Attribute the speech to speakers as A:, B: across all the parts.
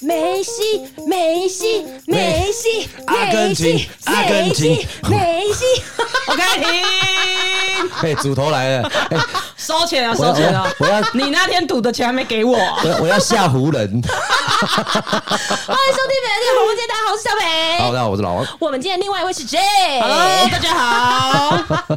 A: 梅西，梅西，梅西，
B: 阿根廷
A: 梅西
B: 阿根廷
A: 梅西梅 西，
C: 我跟你
B: 哎，主头 来了，哎，
C: 收钱了，
B: 我要
C: 收
B: 我
C: 钱
B: 要
C: 了。
B: 我要
C: 你那天赌的钱还没给我，啊
B: 我要我要吓唬 人。
A: 欢迎收听《每日红姐》，大家好，我是小
B: 好，
A: 北。
B: 大家好，我是老王。
A: 我们今天另外一位是 J。
C: Hello，大 家好。
A: 我最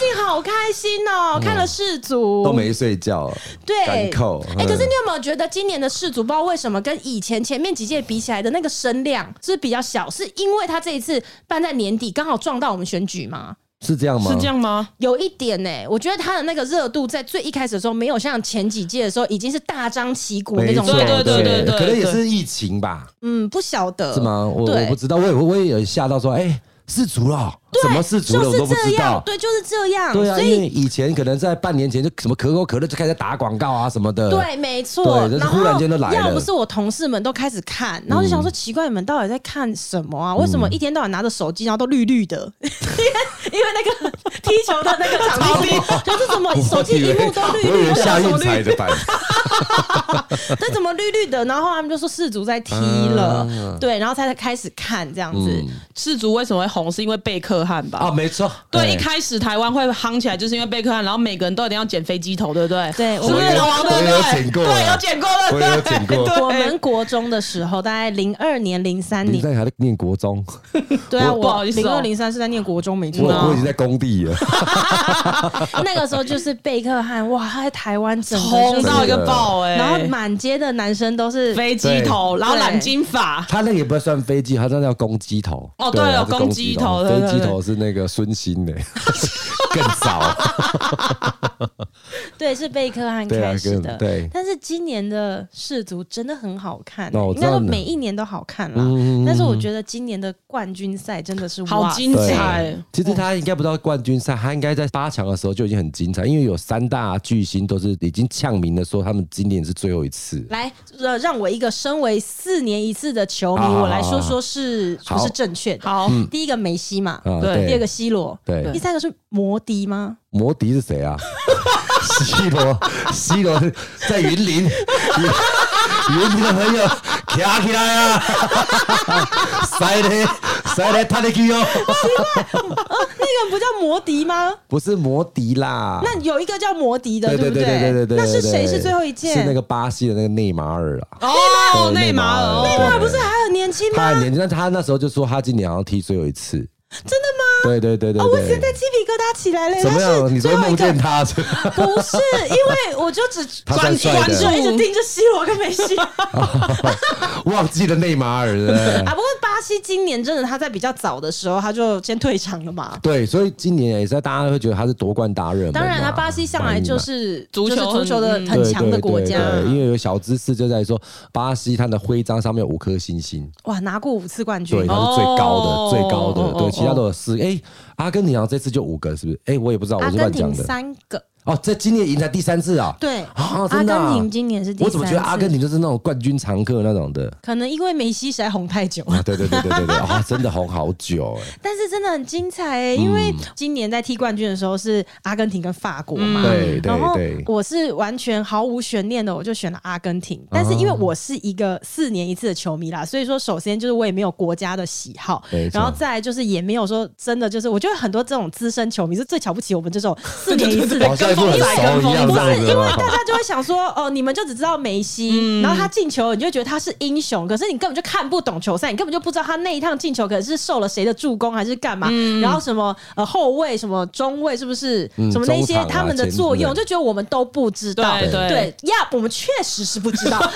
A: 近好开心哦，看了世足，
B: 嗯都没睡觉，
A: 对，
B: 赶扣。
A: 哎、可是你有没有觉得今年的世足，不知道为什么跟以前前面几届比起来的那个声量是比较小？是因为他这一次办在年底，刚好撞到我们选举吗？
B: 是这样吗？
C: 是这。样吗？
A: 有一点呢、我觉得他的那个热度在最一开始的时候，没有像前几届的时候已经是大张旗鼓那
B: 没
A: 种
B: 错，
A: 感觉。
C: 对对对对
B: 可能也是疫情吧，
A: 嗯，不晓得
B: 是吗？我
A: 对
B: 我不知道，我也我也有吓到说，哎，世足了，
A: 对
B: 什么世足了，我都不
A: 就是这
B: 知
A: 样
B: 道。
A: 对，就是这样。
B: 对啊，
A: 所
B: 因
A: 以
B: 为以前可能在半年前就什么可口可乐就开始打广告啊什么的，
A: 对，没错。
B: 对但是
A: 然后
B: 忽然间就来了嗯
A: 要不是我同事们都开始看，然后就想说奇怪，你们到底在看什么啊？为什么一天到晚拿着手机，然后都绿绿的？ 因为因为那个 踢球的那个场 地，
B: 哦
A: 就是怎么手机屏幕都绿
B: 我以
A: 绿
B: 为
A: 的，
B: 夏
A: 什么
B: 运
A: 绿
B: 才的版，
A: 但怎么绿绿的？然后他们就说世足在踢了，
B: 嗯
A: 对，然后才开始看这样子。
C: 世足为什么会红？是因为贝克汉吧？
B: 啊，没错，
C: 对，一开始台湾会夯起来，就是因为贝克汉，然后每个人都一定要剪飞机头，对不对？
A: 对
C: 是不
A: 我
C: 是
A: 也
C: 老王
B: 我
C: 对不
B: 也有剪
C: 对？
B: 过啊
C: 对，有剪过，对不对
B: 我也有剪过
C: 对
A: 我们国中的时候，大概零二年、零三
B: 你
A: 年，
B: 在还在念国中，
A: 对啊，
C: 我不
A: 我
C: 好意思
A: 零
C: 哦
A: 二零三是在念国中，没
B: 我
A: 错啊。
B: 我 已经在工地了，
A: 那个时候就是贝克汉，哇，他在台湾整个就
C: 红
A: 是
C: 到一个爆哎、
A: 然后满街的男生都是
C: 飞机头，
B: 对
C: 然后染金发，
B: 他那个也不算飞机，他那叫公鸡头。
C: 哦对
B: 啊
C: 哦
B: 是公
C: 公鸡头对
B: 飞
C: 对
B: 机头是那个孙兴的， 更早。
A: 对，是贝克汉
B: 对啊
A: 开始
B: 跟
A: 的。
B: 对
A: 但是今年的世足真的很好看、欸
B: 那我
A: 应该
B: 知道
A: 说
B: 呢
A: 每一年都好看啦。
B: 哦嗯
A: 但是我觉得今年的冠军赛真的是
C: 好
A: 哇
C: 精
B: 对
C: 彩。
B: 其实他应该不到冠军赛，他应该在八强的时候就已经很精彩，因为有三大巨星都是已经呛明了，说他们今年是最后一次。
A: 来，呃，让我一个身为四年一次的球迷，
B: 好好好
A: 我来说说是
B: 好
A: 不是正确的。
C: 好，
A: 第一个梅西嘛，
B: 啊
C: 对
A: 第二个 C 罗，
B: 对
A: 第三个是摩迪 吗？
B: 摩迪是谁啊？C 罗，C 罗在云林，云 云林的朋友，卡起来啊！ 塞嘞，塞嘞，他的去哦，
A: 呃，那个不叫摩迪吗？
B: 不是摩迪啦。
A: 那有一个叫摩迪的，
B: 对啊对
A: 不
B: 对对对对，
A: 那是
B: 对
A: 谁是最后一届？
B: 是那个巴西的那个内马尔啊。
C: 哦，
B: 对
C: 内马尔
B: 内马尔
C: 哦，
A: 他啊不是还很年轻
B: 他
A: 吗？
B: 很年轻，但他那时候就说他今年好像踢最后一次。
A: 真的吗？
B: 对对对对
A: 哦，我现
B: 对。
A: 在鸡皮疙瘩起来了。
B: 怎么
A: 他
B: 样？
A: 是
B: 你
A: 最
B: 昨天
A: 后一
B: 梦
A: 个
B: 见他？
A: 不是，因为我就只
B: 他算帅的
A: 专注一直盯着 C 罗跟梅 西啊。
B: 忘记了内马尔了。
A: 不过巴西今年真的他在比较早的时候他就先退场了嘛。
B: 对，所以今年也是大家会觉得他是夺冠达人。
A: 当然啊了，巴西向来就是
C: 足球
A: 就是足球的
C: 很嗯
A: 很强的国家啊
B: 对，对对对因为有小知识就在于说，巴西它的徽章上面有五颗星星，
A: 哇，拿过五次冠
B: 对，
A: 军
B: 它。是最高的，
C: 哦
B: 最高的，
C: 哦哦
B: 对，其他都有四。哎、阿根廷好像这次就五个，是不是？哎、我也不知道，我
A: 哦阿
B: 是
A: 根
B: 乱讲
A: 廷
B: 的。
A: 三个，
B: 哦，这今年赢才第三次啊！
A: 对，
B: 啊，
A: 阿
B: 真的啊、
A: 根廷今年是第
B: 我
A: 三
B: 怎么觉得阿根
A: 次
B: 廷就是那种冠军常客那种的？
A: 可能因为梅西实在红太久了。
B: 啊，对对对对对对， 啊，真的红好久 哎、
A: 但是真的很精彩、欸，
B: 嗯
A: 因为今年在踢冠军的时候是阿根廷跟法国嘛，
B: 嗯对对
A: 然后
B: 对
A: 我是完全毫无悬念的，我就选了阿根廷。
B: 啊
A: 但是因为我是一个四年一次的球迷啦，所以说首先就是我也没有国家的喜好
B: 没，错
A: 然后再来就是也没有说真的就是，我觉得很多这种资深球迷是最瞧不起我们这种四年一次的
B: 好像一副很熟一样，啊
A: 不是，因为
B: 对吧
A: 大家就会想说，哦，你们就只知道梅西，然后他进球，你就觉得他是英雄，可是你根本就看不懂球赛，你根本就不知道他那一趟进球可能是受了谁的助攻还是干嘛，然后什么呃后卫、什么中卫是不是、
B: 嗯
A: 什么那些
B: 中场啊
A: 他们的作用，
B: 前
A: 就觉得我们都不知道。
C: 对
B: 对
A: 对呀，我们确实是不知道。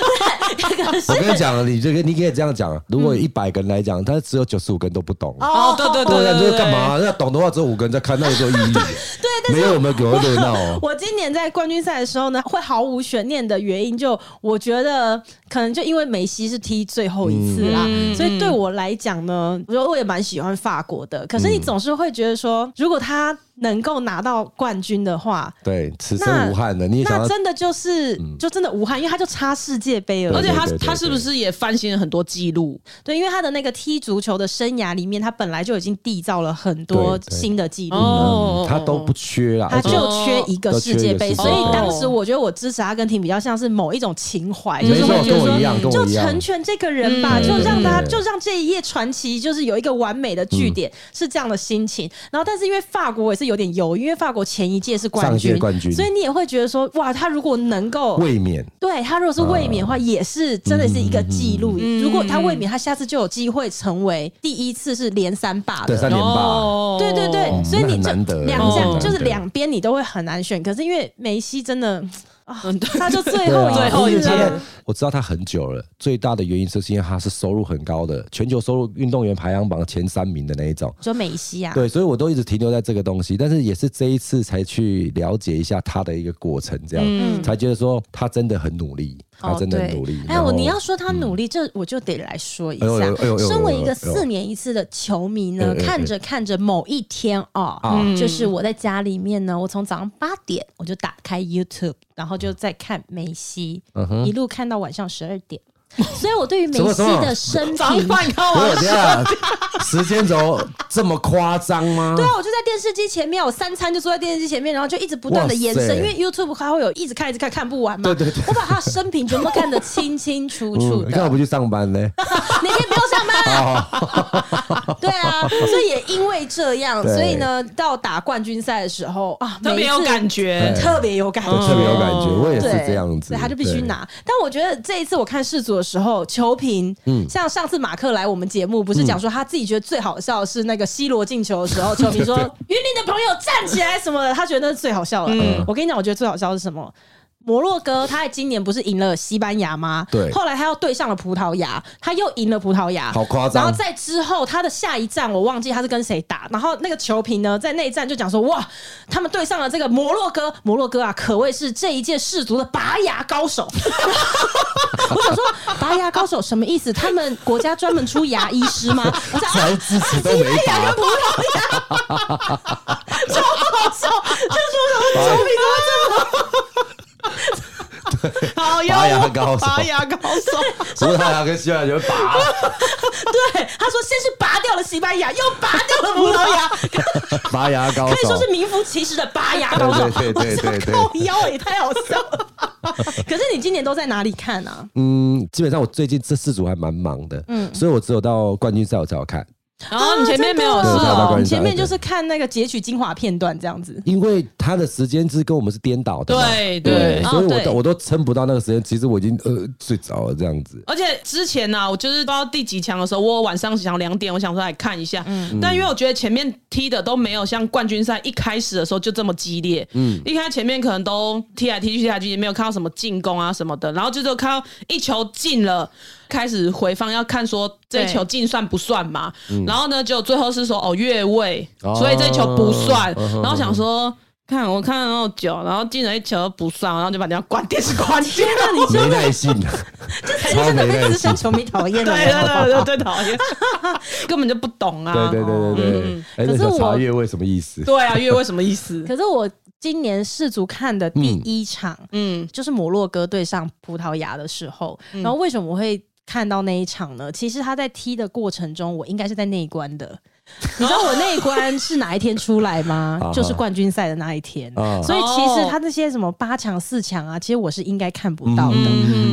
A: 可是
B: 我跟你讲，你这个你可以这样
A: 嗯
B: 讲，如果一百个人来讲，他只有九十五个人都不懂。
C: 哦，对对
B: 对
C: 对
B: 啊，
C: 对
B: 这
C: 对，
B: 干嘛？要懂的话，只有五个人在看，那有没有意 义？
A: 对，但
B: 没
A: 是
B: 有哦我们给我热闹。
A: 我今年在冠军赛的时候呢，会毫无悬念的原因，就我觉得可能就因为梅西是踢最后一次啦，
B: 嗯
A: 所以对我来讲呢，我觉得我也蛮喜欢法国的。可是你总是会觉得说，如果他能够拿到冠军的话，
B: 对，此生无憾的，你也想
A: 那
B: 要
A: 真的就是、就真的无憾，因为他就差世界杯
C: 而
A: 了
B: 对。
C: 且他
B: 对对对
C: 他是不是也翻新了很多记录？
A: 对，因为他的那个踢足球的生涯里面，他本来就已经缔造了很多
B: 对对
A: 新的纪录。
C: 哦
B: 嗯他都不缺啦，
A: 他
B: 而且
A: 就缺一个世界杯，
B: 哦
A: 所以当时我觉得我支持阿根廷比较像是某一种情怀，就
B: 没
A: 是
B: 错，
A: 我觉得
B: 跟我
A: 说
B: 一样，跟
A: 就
B: 我一样
A: 成。全这个人吧，
C: 嗯
A: 就让他
B: 对对对嗯
A: 就让这一页传奇就是有一个完美的据点，是这样的心情。然后，但是因为法国我也是有点犹豫，因为法国前一届是冠
B: 上届
A: 军，
B: 冠军
A: 所以你也会觉得说，哇，他如果能够。
B: 卫啊冕，
A: 对他如果是卫冕的话，也是真的是一个记
B: 嗯
A: 录。如果他卫冕，他下次就有机会成为第一次是连三霸
B: 对
A: 的。
B: 三连霸，
C: 哦
A: 对对对，所以
B: 哦
A: 你
B: 那很
A: 这
B: 难得
A: 两
C: 那很
A: 项
C: 难
A: 就是
B: 得
A: 两边你都会很难选。可是因为梅西真的，
C: 嗯对
A: 他就最
B: 对
A: 后
B: 啊，
A: 一
C: 最后一
A: 次
C: 届
B: 他
A: 了
B: 的我知道他很久了，最大的原因就是因为他是收入很高的，全球收入运动员排行榜前三名的那一种。
A: 你说梅西啊，
B: 对，所以我都一直停留在这个东西，但是也是这一次才去了解一下他的一个过程，这样、
C: 嗯
B: 才觉得说他真的很努力，他
A: 哦，
B: 真的
A: 对，
B: 很努力。
A: 哎，
B: 然
A: 我
B: 后嗯
A: 你要说他努力，这我就得来说一
B: 哎呦哎
A: 下
B: 呦哎呦哎。呦
A: 身为一
B: 哎呦
A: 个四年一次的球迷
B: 哎
A: 呢
B: 呦，哎呦
A: 看着看着某一天哦
B: 啊，
C: 嗯
A: 就是我在家里面呢，我从早上八点我就打开 YouTube，然后就在看梅西，
B: 嗯
A: 一路看到晚上十二 点。所以我对于梅
B: 什么
A: 西
B: 什么
A: 的生
C: 长
A: 平，
C: 饭看
B: 我
C: 完
B: 有这样时间轴这么夸张吗？
A: 对啊，我就在电视机前面，我三餐就坐在电视机前面，然后就一直不断的延
B: 哇
A: 伸，
B: 塞
A: 因为 YouTube 它会有一直看一直看看不完嘛。
B: 对对对
A: 我把他的生平全部看得清清楚楚
B: 嗯，你干嘛
A: 的。
B: 不去上班呢？
A: 哪天不用上班了。 对啊，所以也因为这样，
B: 对
A: 所以呢，到打冠军赛的时候啊，
C: 特别有感
A: 觉，
C: 觉。
A: 特别有感觉，
B: 我特别有感觉，
C: 哦
B: 我也是
A: 对，
B: 这样子，
A: 对他就必须
B: 对。
A: 拿。但我觉得这一次我看世足的时候，球评，
B: 嗯
A: 像上次马克来我们节目，不是讲说他自己觉得最好笑的是那个 C 罗进球的 时候，球评说云林的朋友站起来什么的，他觉得那是最好笑的。
B: 嗯
A: 我跟你讲，我觉得最好笑的是什么？摩洛哥，他在今年不是赢了西班牙吗？
B: 对
A: 后来他又对上了葡萄牙，他又赢了葡萄牙，
B: 好夸张
A: 然后在之后，他的下一站我忘记他是跟谁打，然后那个球评呢，在那一站就讲说，哇，他们对上了这个摩洛哥，摩洛哥啊，可谓是这一届世足的拔牙高手。我想说，拔牙高手什么意思？他们国家专门出牙医师吗？我 想
B: 才
A: 啊
B: 智齿 都没拔，
A: 超好笑，就是我想说，球评怎么
C: 好幽
B: 拔
C: 默
B: 牙高手
C: 拔牙高
B: 葡
C: 手，
B: 萄牙跟西班牙有拔，
A: 对，他说先是拔掉了西班牙，又拔掉了葡萄牙，
B: 拔牙高
A: 可以说
B: 手
A: 是。名副其实的拔牙高手。
B: 对对对对对对
A: 我想靠腰也 太好笑了。可是你今年都在哪里看啊？
B: 嗯，基本上我最近这四组还蛮忙的，嗯，所以我只有到冠军赛我才有看，
C: 然后你前面没
A: 啊
C: 有事
B: 对大家
C: 哦
B: 关。
A: 你
B: 系
A: 前面就是看那个截取精华片段这样子。
B: 因为他的时间是跟我们是颠倒的嘛，
C: 对对
B: 对，所以
A: 哦
B: 我
A: 对
B: 都我都撑不到那个时间，其实我已经呃睡着了这样子。
C: 而且之前呢、啊，我就是不知道第几强的时候，我晚上想两点，我想说来看一下。
B: 嗯
C: 但因为我觉得前面踢的都没有像冠军赛一开始的时候就这么激烈。嗯，一开始前面可能都踢来踢去，踢来踢去，没有看到什么进攻啊什么的。然后就就看到一球进了，开始回放要看说这
A: 对
C: 球进算不算嘛。然后呢，就最后是说哦越位，
B: 嗯哦
C: 所以这球不算。
B: 嗯哼
C: 然后想说。看，我看到九，然后进了一球不算，然后就把电话关电视关掉。
B: 没耐性，超
A: 真
B: 没
A: 的被
B: 耐
A: 资
B: 性
A: 深。球迷讨厌了。
C: 对对对对对，讨厌，根本就不懂啊！
B: 对对对对对，哎，
A: 嗯可
B: 那
A: 是
B: 小茶
A: 我
B: 叶为什么意思？
C: 对啊，越位什么意思？
A: 可是我今年世足看的第一场，嗯，就是摩洛哥对上葡萄牙的时候，
C: 嗯
A: 然后为什么我会看到那一场呢？其实他在踢的过程中，我应该是在那一关的。你知道我那一关是哪一天出来吗
B: 啊？哈
A: 就是冠军赛的那一天
B: 啊，
A: 所以其
C: 哦
A: 实他那些什么八强、四强啊，其实我是应该看不
B: 嗯
A: 到的。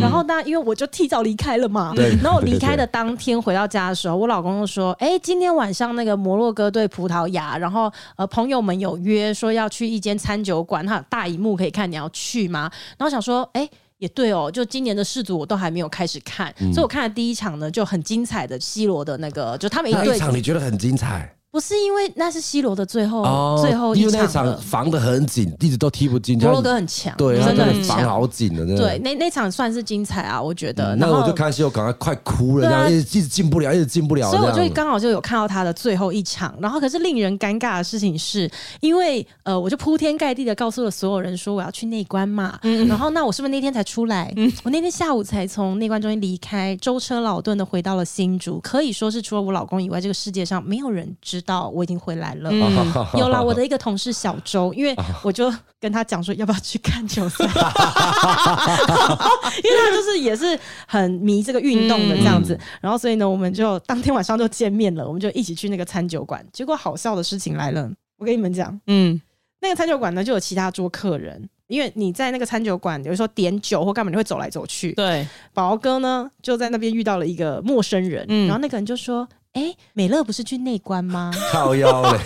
A: 然后那因为我就提早离开了嘛
B: 对，
A: 然后我
B: 对对
A: 离开
B: 对
A: 的当天回到家的时候，我老公就说：“哎、今天晚上那个摩洛哥对葡萄牙，然后呃朋友们有约说要去一间餐酒馆，它有大荧幕可以看，你要去吗？”然后想说：“哎、也对哦，就今年的世足我都还没有开始看，
B: 嗯
A: 所以我看了第一场呢就很精彩的 C 罗的那个，就他们一
B: 那
A: 队
B: 一场你觉得很精彩
A: 不是因为那是 C 罗的最后、哦最后
B: 哦因
A: 一
B: 为那一
A: 场
B: 场
A: 了，
B: 防的很紧，一直都踢不进。
A: 摩洛哥很强，
B: 对，他
A: 真的
B: 真的
A: 很
B: 防
A: 强。
B: 好紧的，真的
A: 对，。那那场算是精彩啊，我觉得。然
B: 嗯那
A: 后
B: 我就看戏，我赶快快哭了，这样
A: 对啊
B: 一直一直进不了，一直进不了。
A: 所以我
B: 这
A: 就
B: 样
A: 刚好就有看到他的最后一场，然后可是令人尴尬的事情是，因为呃，我就铺天盖地的告诉了所有人说我要去内关嘛，
B: 嗯
A: 然后那我是不是那天才出来？我那天下午才从内关中心离开，舟车劳顿的回到了新竹，可以说是除了我老公以外，这个世界上没有人知道我已经回来了。嗯
B: 啊
A: 有啦，我的一个同事小周，因为
C: 啊
A: 我就跟他讲说要不要去看球赛， 然后因为他就是也是很迷这个运动的这样
C: 嗯
A: 子，然后所以呢，我们就当天晚上就见面了，我们就一起去那个餐酒馆。结果好笑的事情来了，我跟你们讲，
C: 嗯，
A: 那个餐酒馆呢就有其他桌客人，因为你在那个餐酒馆，有时候点酒或干嘛，你会走来走去。
C: 对，
A: 宝哥呢就在那边遇到了一个陌生人，
C: 嗯
A: 然后那个人就说：“哎、美乐不是去内关吗？”
B: 靠腰 嘞，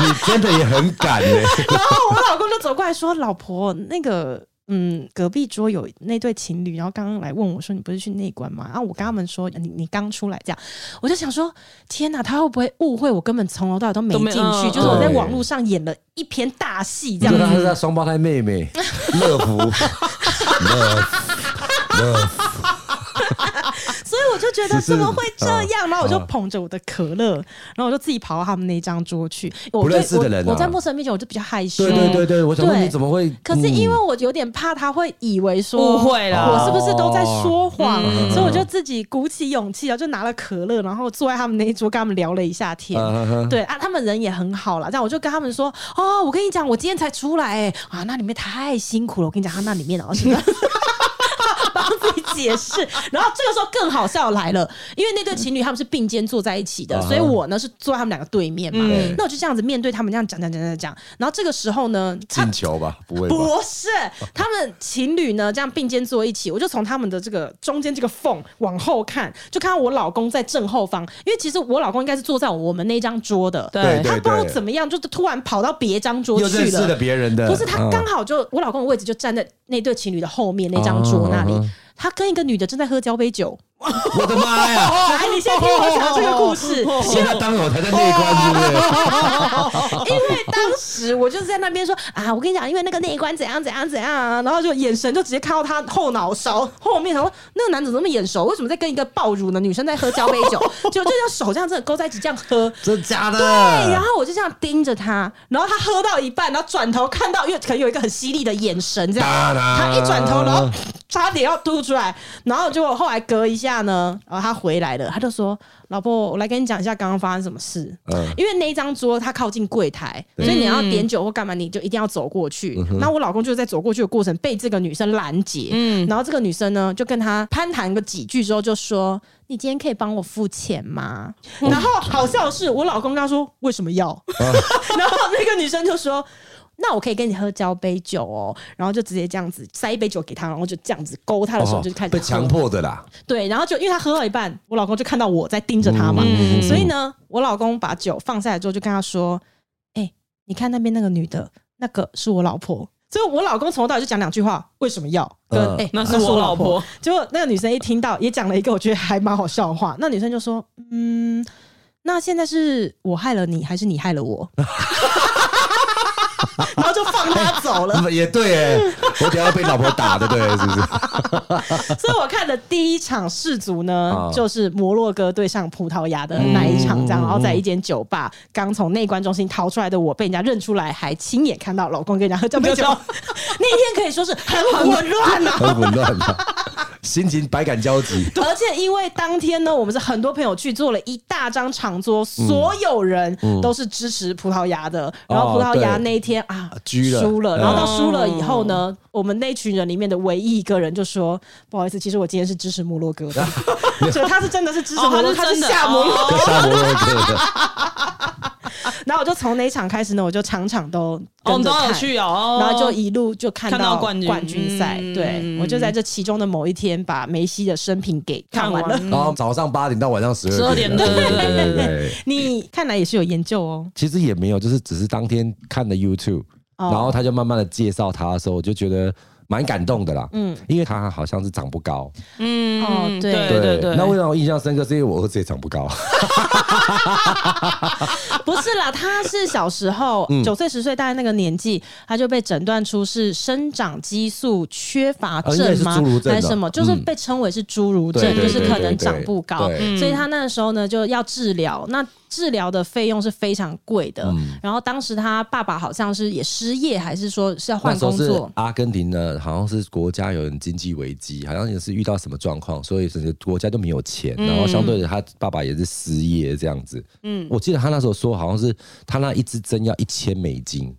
B: 你真的也很敢嘞，
A: 然后我老公就走过来说：“老婆，那个。”嗯，隔壁桌有那对情侣，然后刚刚来问我说：“你不是去内关吗？”啊，我跟他们说：“你你刚出来这样。”我就想说：“天哪，他会不会误会我根本从头到尾都没
C: 都
A: 进
C: 没
A: 去？
C: 嗯
A: 就是我在
B: 对
A: 网络上演了一篇大戏这
B: 你
A: 样
B: 知
A: 子
B: 道。她是她双胞胎妹 妹，乐福，乐福乐福，
A: 所以我就觉得
B: 只 是
A: 怎么会这样？然后我就
B: 啊
A: 捧着我的可乐，然后我就自己跑到他们那一张桌去。我
B: 不认
A: 对
B: 识的人啊
A: 我，我在陌生面前我就比较害羞。
B: 对对对对，我想问
A: 对
B: 你怎么会？
A: 可是因为
B: 嗯
A: 我有点怕他会以为说
C: 误会啦。
A: 我是不是都在说谎？
C: 嗯
A: 所以我就自己鼓起勇气啊，就拿了可乐，然后坐在他们那一桌，跟他们聊了一下天。
C: 嗯
B: 啊哈哈
A: 对啊，他们人也很好啦。这样我就跟他们说：“哦，我跟你讲，我今天才出来、欸，啊，那里面太辛苦了。我跟你讲，他那里面哦，是吧 帮自己解释。然后这个时候更好笑来了，因为那对情侣他们是并肩坐在一起的，
C: 嗯
B: 啊哈
A: 所以我呢是坐在他们两个对面嘛。
B: 嗯
A: 那我就这样子面对他们，这样讲讲讲讲讲。然后这个时候呢，他
B: 进球吧，不会吧？
A: 不是，他们情侣呢这样并肩坐一起，我就从他们的这个中间这个缝往后看，就看到我老公在正后方，因为其实我老公应该是坐在我们那张桌的，
C: 对
A: 他不知道怎么样，就突然跑到别张桌
B: 又认
A: 去
B: 识了
A: 了。
B: 别人的，
A: 不是他
B: 嗯
A: 刚好就我老公的位置就站在那对情侣的后面那张桌那里
B: 嗯嗯嗯，
A: 他跟一个女的正在喝交杯酒。
B: 我的妈呀！
A: 来，你先听我讲这个故 事，
B: 现在当我才在内关，是不
A: 哦
B: 是？
A: 因为当时我就是在那边说啊，我跟你讲，因为那个内关怎样怎样怎样、啊，然后就眼神就直接看到他后脑勺后面，然后那个男子怎么那么眼熟？为什么在跟一个爆乳的女生在喝交杯酒？结果就像手这样真的勾在一起这样喝。
B: 真假的？
A: 对，然后我就这样盯着他，然后他喝到一半，然后转头看到，因为可能有一个很犀利的眼神，这样
B: 哒哒
A: 他一转头，然后差点要吐出来，然后结果后来隔一下呢，然后他回来了，他就说：“老婆，我来跟你讲一下刚刚发生什么事。”
B: 嗯
A: 因为那一张桌它靠近柜台，所以你要点酒或干嘛，你就一定要走过去。
B: 嗯
A: 那我老公就在走过去的过程被这个女生拦截，嗯，然后这个女生呢就跟他攀谈个几句之后就说：“你今天可以帮我付钱吗？” 然后好笑是我老公跟他说：“为什么要？” 然后那个女生就说。那我可以跟你喝交杯酒哦，然后就直接这样子塞一杯酒给他，然后就这样子勾他的手，就开始
B: 哦被
A: 喝
B: 强迫的啦，
A: 对，然后就因为他喝到一半，我老公就看到我在盯着他嘛，
C: 嗯
A: 所以呢，我老公把酒放下来之后，就跟他说：“哎、你看那边那个女的，那个是我老婆。”所以，我老公从头到尾就讲两句话：为什么要跟
B: 嗯
A: 哎、
C: 那是
A: 是
C: 我
A: 老
C: 老婆。
A: 结果那个女生一听到，也讲了一个我觉得还蛮好笑的话。那女生就说：“嗯，那现在是我害了你，还是你害了我？” 然后就放他走了。
B: 也对哎，我等下要被老婆打的， 对，是不是？
A: 所以我看的第一场世足呢
B: 啊，
A: 就是摩洛哥对上葡萄牙的那一场，这样，然后在一间酒吧，刚从内观中心逃出来的我被人家认出来，还亲眼看到老公跟人家喝交杯酒，那天可以说是很混乱啊呐、
B: 很混乱的，心情百感交集。
A: 而且因为当天呢，我们是很多朋友去做了一大张长桌，所有人都是支持葡萄牙的。然后葡萄牙
B: 对
A: 那一天啊，
B: 居了
A: 输了。
B: 嗯
A: 然后到输了以后呢，我们那群人里面的唯一一个人就说：“不好意思，其实我今天是支持摩洛哥的。”所以他是真的是支持摩洛哥，
C: 哦他是真的
A: 下摩洛哥。
B: 跟沙摩洛哥的，
A: 然后我就从那一场开始呢，我就场场都
C: 哦，
A: 跟
C: 你
A: 着
C: 都
A: 看
C: 有去哦，
A: 然后就一路就看
C: 看到
A: 冠
C: 冠军
A: 赛，
C: 嗯
A: 对我就在这其中的某一天把梅西的生平给看
C: 看
A: 完
C: 完
A: 了。
C: 了。
B: 然后早上八点到晚上十二
C: 12点
B: 对对对对对。
A: 你看来也是有研究哦。
B: 其实也没有，就是只是当天看了 YouTube，、
A: 哦
B: 然后他就慢慢的介绍他的时候，我就觉得蛮感动的啦。嗯，因为他好像是长不高，
C: 嗯
A: 哦对
C: 对对对，
B: 那为什么我印象深刻？是因为我儿子也长不高，
A: 不是啦，他是小时候九岁十岁大概那个年纪，他就被诊断出是生长激素缺乏
B: 哦应该
A: 症
B: 是
A: 吗？
B: 侏儒症
A: 还是
B: 哦
A: 什么？就是
B: 嗯
A: 被称为是侏儒
B: 对
A: 症，
B: 对
A: 就是
B: 对
A: 可
B: 对
A: 能
B: 对
A: 长不高，
B: 对
A: 所以他那时候呢就要治疗。那治疗的费用是非常贵的。然后当时他爸爸好像是也失业，还是说是要
B: 那
A: 换
B: 时候
A: 工
B: 是
A: 作？
B: 阿根廷的，好像是国家有人经济危机，好像也是遇到什么状况，所以整个国家就没有钱，
A: 嗯
B: 然后相对的他爸爸也是失业这样子。嗯，我记得他那时候说，好像是他那一支针要一千美金，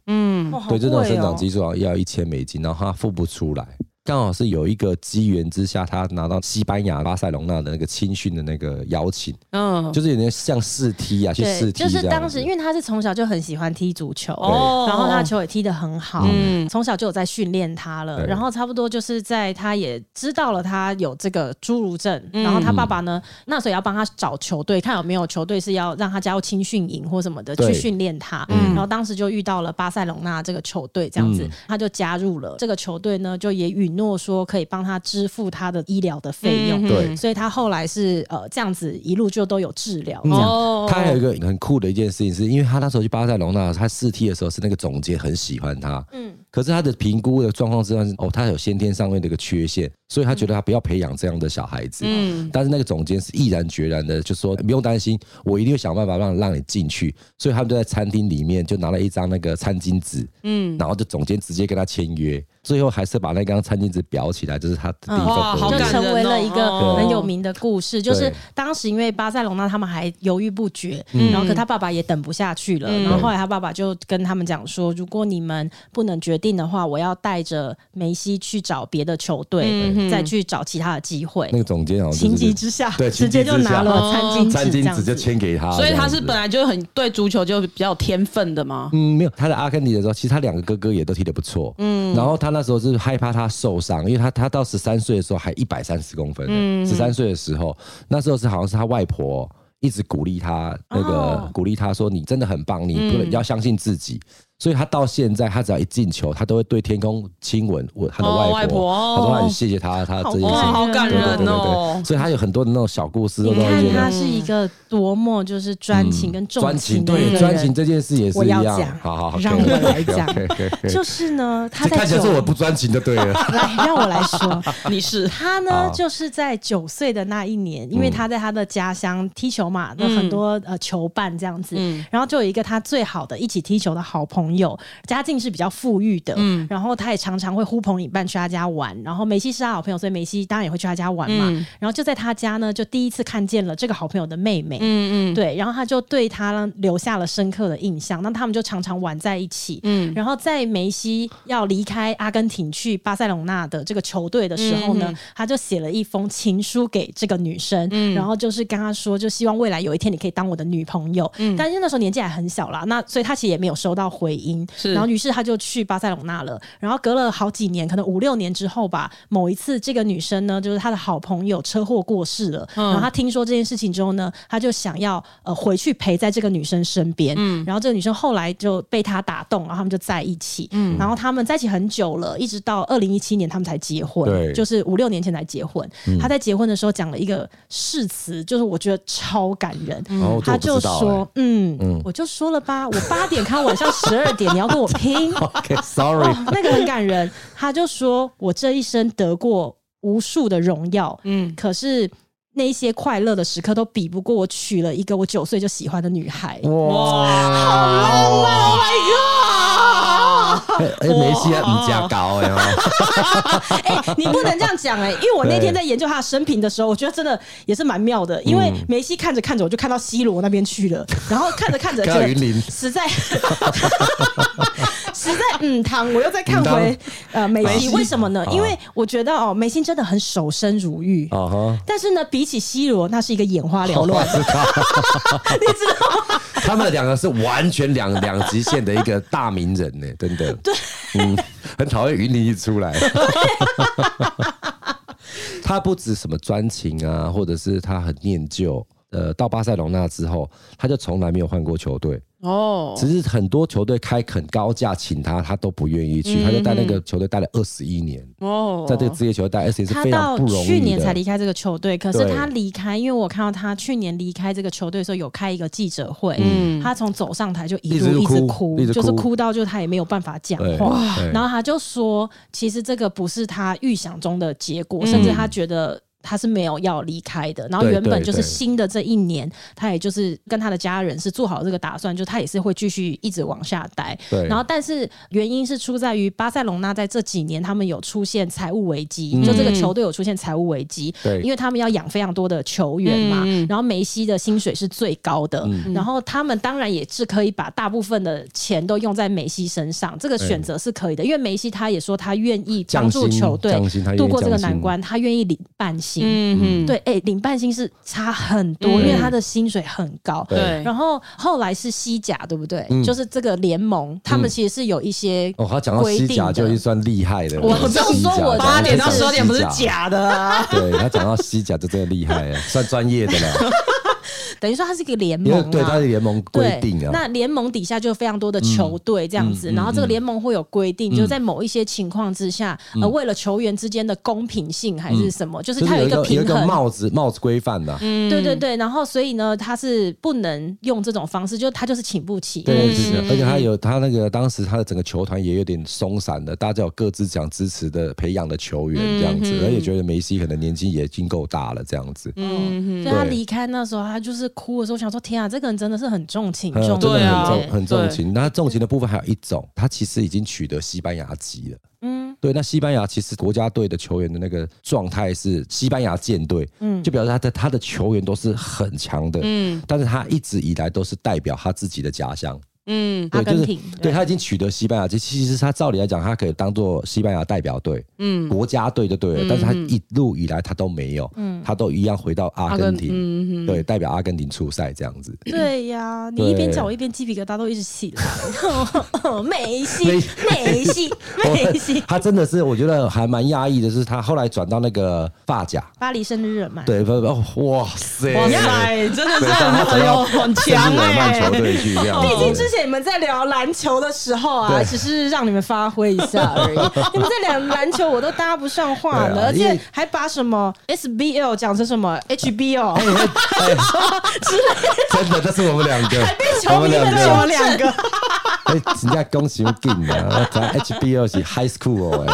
A: 哦好
B: 对，就那种
A: 贵
B: 生
A: 哦
B: 长激素好像要一千美金，然后他付不出来。刚好是有一个机缘之下，他拿到西班牙巴塞隆纳的那个青训的那个邀请，
C: 嗯，
B: 就是有点像试踢啊，去
A: 哦对，
B: 试踢
A: 就
B: 这样
A: 是
B: 子。
A: 当时因为他是从小就很喜欢踢足球，
C: 哦
A: 然后他球也踢得很好，
C: 嗯
A: 从小就有在训练他了。
B: 对
A: 然后差不多就是在他也知道了他有这个侏儒症，
C: 嗯
A: 然后他爸爸呢那时候也要帮他找球队，看有没有球队是要让他加入青训营或什么的
B: 对
A: 去训练他。
C: 嗯
A: 然后当时就遇到了巴塞隆纳这个球队，这样子、他就加入了这个球队呢，就也允诺说可以帮他支付他的医疗的费
C: 嗯
A: 用。
B: 对
A: 所以他后来是呃这样子一路就都有治疗，
B: 嗯
A: 这样
C: 哦
B: 他还有一个很酷的一件事情是，因为他那时候去巴塞隆纳，他试踢的时候是那个总监很喜欢他，嗯，可是他的评估的状况之下是，哦，他有先天上面的一个缺陷，所以他觉得他不要培养这样的小孩子，嗯，但是那个总监是毅然决然的就说不用担心，我一定会想办法让让你进去，所以他们就在餐厅里面就拿了一张那个餐巾纸，嗯，然后就总监直接跟他签约，最后还是把那张餐巾纸裱起来，这是他的第一份
A: 嗯
C: 哇
B: 合
C: 好
A: 就
B: 约
C: 感人
A: 成为了一
C: 哦
A: 个很有名的故事。就是当时因为巴塞隆纳他们还犹豫不决，
B: 嗯
A: 然后可他爸爸也等不下去了，然后后来他爸爸就跟他们讲说，如果你们不能决定的话，我要带着梅西去找别的球队，再去找其他的机会
B: 嗯那。个总监好
A: 情
B: 像就是哦
A: 急之下，
B: 对
A: 直
B: 情
A: 接
B: 急
A: 就
B: 之下
A: 拿了餐巾纸，
B: 餐
A: 这
B: 巾
A: 样
B: 纸就
A: 子
B: 签给他，
C: 所以他
B: 这
C: 是
B: 样子
C: 本来就很对足球就比较有天分的嘛。
B: 嗯，没有，他在阿根廷的时候，其实他两个哥哥也都踢得不错。嗯，然后他那时候是害怕他受伤，因为他他到十三岁的时候还一百三十公分，
C: 嗯
B: 十三岁的时候，那时候是好像是他外婆一直鼓励他，那个、
A: 哦
B: 鼓励他说你真的很棒，你
C: 嗯
B: 不能、要相信自己。所以他到现在，他只要一进球，他都会对天空亲吻我他的
C: 哦
B: 外婆，
C: 外婆哦
B: 他说他很谢谢他，他这件事
A: 对
C: 哇，
A: 对
B: 情。
C: 好感
B: 对对对
C: 人
B: 对
C: 哦
B: 对，！所以他有很多的那种小故事，都
A: 你
B: 让我
A: 看
B: 觉
A: 他
B: 得
A: 是一个多么就是专情跟重
B: 专
A: 情
B: 情
A: 的一
B: 对
A: 个
B: 专情
A: 人。
B: 这件事也是
A: 我
B: 一
A: 要
B: 样
A: 讲。
B: 好好，好
A: 让
B: 可以
A: 我来
B: OK，OK，
A: 讲
B: OK，OK，
A: 就是呢，他
B: 这
A: 在
B: 看起来
A: 九
B: 是我不专情就 对了。
A: 来让我来 说，
C: 你是
A: 他呢，就是在九岁的那一年，因为他在他的家乡踢球嘛，那很多呃球伴这样子，然后就有一个他最好的一起踢球的好朋友，家境是比较富裕的，然后他也常常会呼朋引伴去他家玩，然后梅西是他好朋友，所以梅西当然也会去他家玩嘛，然后就在他家呢，就第一次看见了这个好朋友的妹妹，嗯嗯，对，然后他就对他留下了深刻的印象，那他们就常常玩在一起，嗯，然后在梅西要离开阿根廷去巴塞隆纳的这个球队的时候呢，他就写了一封情书给这个女生，然后就是跟她说，就希望未来有一天你可以当我的女朋友，但是那时候年纪还很小啦，那所以他其实也没有收到回音，
C: 是
A: 然后于是他就去巴塞隆纳了，然后隔了好几年，可能五六年之后吧，某一次这个女生呢，就是她的好朋友车祸过世了，
B: 嗯
A: 然后她听说这件事情之后呢，她就想要呃回去陪在这个女生身边，
B: 嗯
A: 然后这个女生后来就被他打动，然后他们就在一起，
B: 嗯
A: 然后他们在一起很久了，一直到二零一七年他们才结婚，
B: 对嗯
A: 就是五六年前才结婚。他在结婚的时候讲了一个誓词，就是我觉得超感人，
B: 哦这
A: 他
B: 我不
A: 就
B: 知道
A: 说，嗯，
B: 嗯
A: 我就说了吧，我八点看晚上十二点，你要跟我 拼。
B: OK，Sorry，
A: 哦，那个很感人。他就说：“我这一生得过无数的荣耀，嗯，可是那一些快乐的时刻都比不过我娶了一个我九岁就喜欢的女孩。”哦
B: 哇，哎哎，梅西
A: 哦
B: 啊，你加高哎哦，
A: 哎、你不能这样讲哎、因为我那天在研究他的生平的时候，我觉得真的也是蛮妙的。因为梅西看着看着，我就看到 C 罗那边去了，然后看着看着，
B: 看到云林
A: 实在实在嗯，堂我又再看回呃梅
B: 梅
A: 西，
B: 西
A: 为什么呢？
B: 哦
A: 因为我觉得哦，梅西真的很守身如玉。
B: 哦
A: 但是呢，比起 C 罗，那是一个眼花缭
B: 哈，
A: 乱
B: 我。知道，你知道， 他们两个是完全两两极限的一个大名人呢，真的，对，嗯，很讨厌云林一出来。
A: 啊
B: 他不止什么专情啊，或者是他很念旧。呃，到巴塞隆纳之后，他就从来没有换过球队。
C: 哦，
B: 只是很多球队开很高价请他，他都不愿意
A: 嗯
B: 去，他就带那个球队待了二十一年，
C: 哦，
B: 在这个职业球队待二十一是
A: 他
B: 非
A: 到
B: 常不容易的。
A: 去年才离开这个球队，可是
B: 对
A: 他离开，因为我看到他去年离开这个球队的时候有开一个记者会，他从走上台就一
B: 嗯一直
A: 路一直
B: 哭
A: 哭，
B: 一直
A: 就是
B: 哭
A: 哭到就他也没有办法讲
B: 对
A: 话，
B: 对
A: 然后他就说，其实这个不是他预想中的结果，甚至他觉得。他是没有要离开的。然后
B: 对
A: 原本
B: 对
A: 就是
B: 对
A: 新的这一年，他也就是跟他的家人是做好这个打算，就他也是会继续一直往下待。
B: 对
A: 然后但是原因是出在于巴塞隆纳在这几年他们有出现财务危机，就这个球队有出现财务危机，
B: 嗯对嗯
A: 因为他们要养非常多的球员嘛，然后梅西的薪水是最高的，然后他们当然也是可以把大部分的钱都用在梅西身上，这个选择是可以的，因为梅西他也说他愿意帮助
B: 降薪
A: 球队
B: 降薪他愿意
A: 度过这个
B: 降薪
A: 难关，他愿意领半薪，
C: 嗯
A: 对，哎、领半薪是差很多，因为他的薪水很高，
B: 嗯对嗯
C: 对，
A: 然后后来是西甲，对不对？就是这个联盟，他们其实是有一些
B: 哦，他讲到
A: 规
B: 西
A: 定
B: 甲
A: 的
B: 就已经算厉害的了。
A: 我
B: 西
A: 这样说
B: 甲
A: 我
C: 八点到
B: 讲
C: 十二点不是
B: 西甲，
C: 假的啊，
B: 对他讲到西甲就真的厉害 了，算专业的了。
A: 等于说它是一个联
B: 因
A: 盟
B: 为
A: 啊。
B: 对他的联盟规
A: 对
B: 定啊，嗯
A: 那联盟底下就有非常多的球队这样子，然后这个联盟会有规定，就是在某一些情况之下，呃，为了球员之间的公平性还是什么，就是
B: 嗯就
A: 它有一
B: 是有一
A: 个
B: 个有
A: 平
B: 一个
A: 衡，嗯
B: 帽子帽子规范的，
A: 对对对。然后所以呢，他是不能用这种方式，就他就是请不起，
B: 对，就是而且他有他那个当时他的整个球团也有点松散的，大家有各自想支持的培养的球员这样子，而且觉得梅西可能年纪也已经够大了这样子，
A: 嗯，所以他
B: 对
A: 离开那时候，他就是哭的时候，想说天啊，这个人真的是很重情
B: 呃
A: 重义，
B: 真的
C: 对
B: 很
C: 啊
B: 重很重
C: 对
B: 情。那重情的部分还有一种，他其实已经取得西班牙籍了。嗯，对，那西班牙其实国家队的球员的那个状态是西班牙舰队，嗯，就表示他的他的球员都是很强的，嗯，但是他一直以来都是代表他自己的家乡，
C: 嗯
A: 阿
B: 对，
A: 根
B: 就是
A: 廷，
B: 对他已经取得西班牙籍，其实他照理来讲，他可以当做西班牙代表队，嗯，国家队就对了。但是他一路以来他都没有，嗯，他都一样回到阿根嗯廷，对，代表阿根廷出赛这样子。
A: 对呀，你一边讲我一边鸡皮疙瘩都一直起 来。梅西，梅西，梅 西，
B: 他真的是，我觉得还蛮压抑的，是他后来转到那个发甲，
A: 巴黎圣日耳曼。
B: 对，不不，哇塞，
C: 哇塞， 真的
B: 对
C: 是
B: 他转
C: 很
B: 到
C: 有很
B: 圣
C: 强
B: 日耳曼
C: 哎
B: 球，队去这样子，
A: 毕竟之前你们在聊篮球的时候啊，
B: 哦对
A: 只是让你们发挥一下而已。 你们在聊篮球，我都搭不上话
B: 对
A: 了，
B: 啊
A: 而
B: 因
A: 且
B: 为
A: 还把什么 SBL 讲成什么 HBO，
B: 哎哎哎真的，这是我们两个，我们两
A: 我
B: 个，
A: 两个
B: 哎，人家恭喜我进啊，咱 HBO 是 High School 哦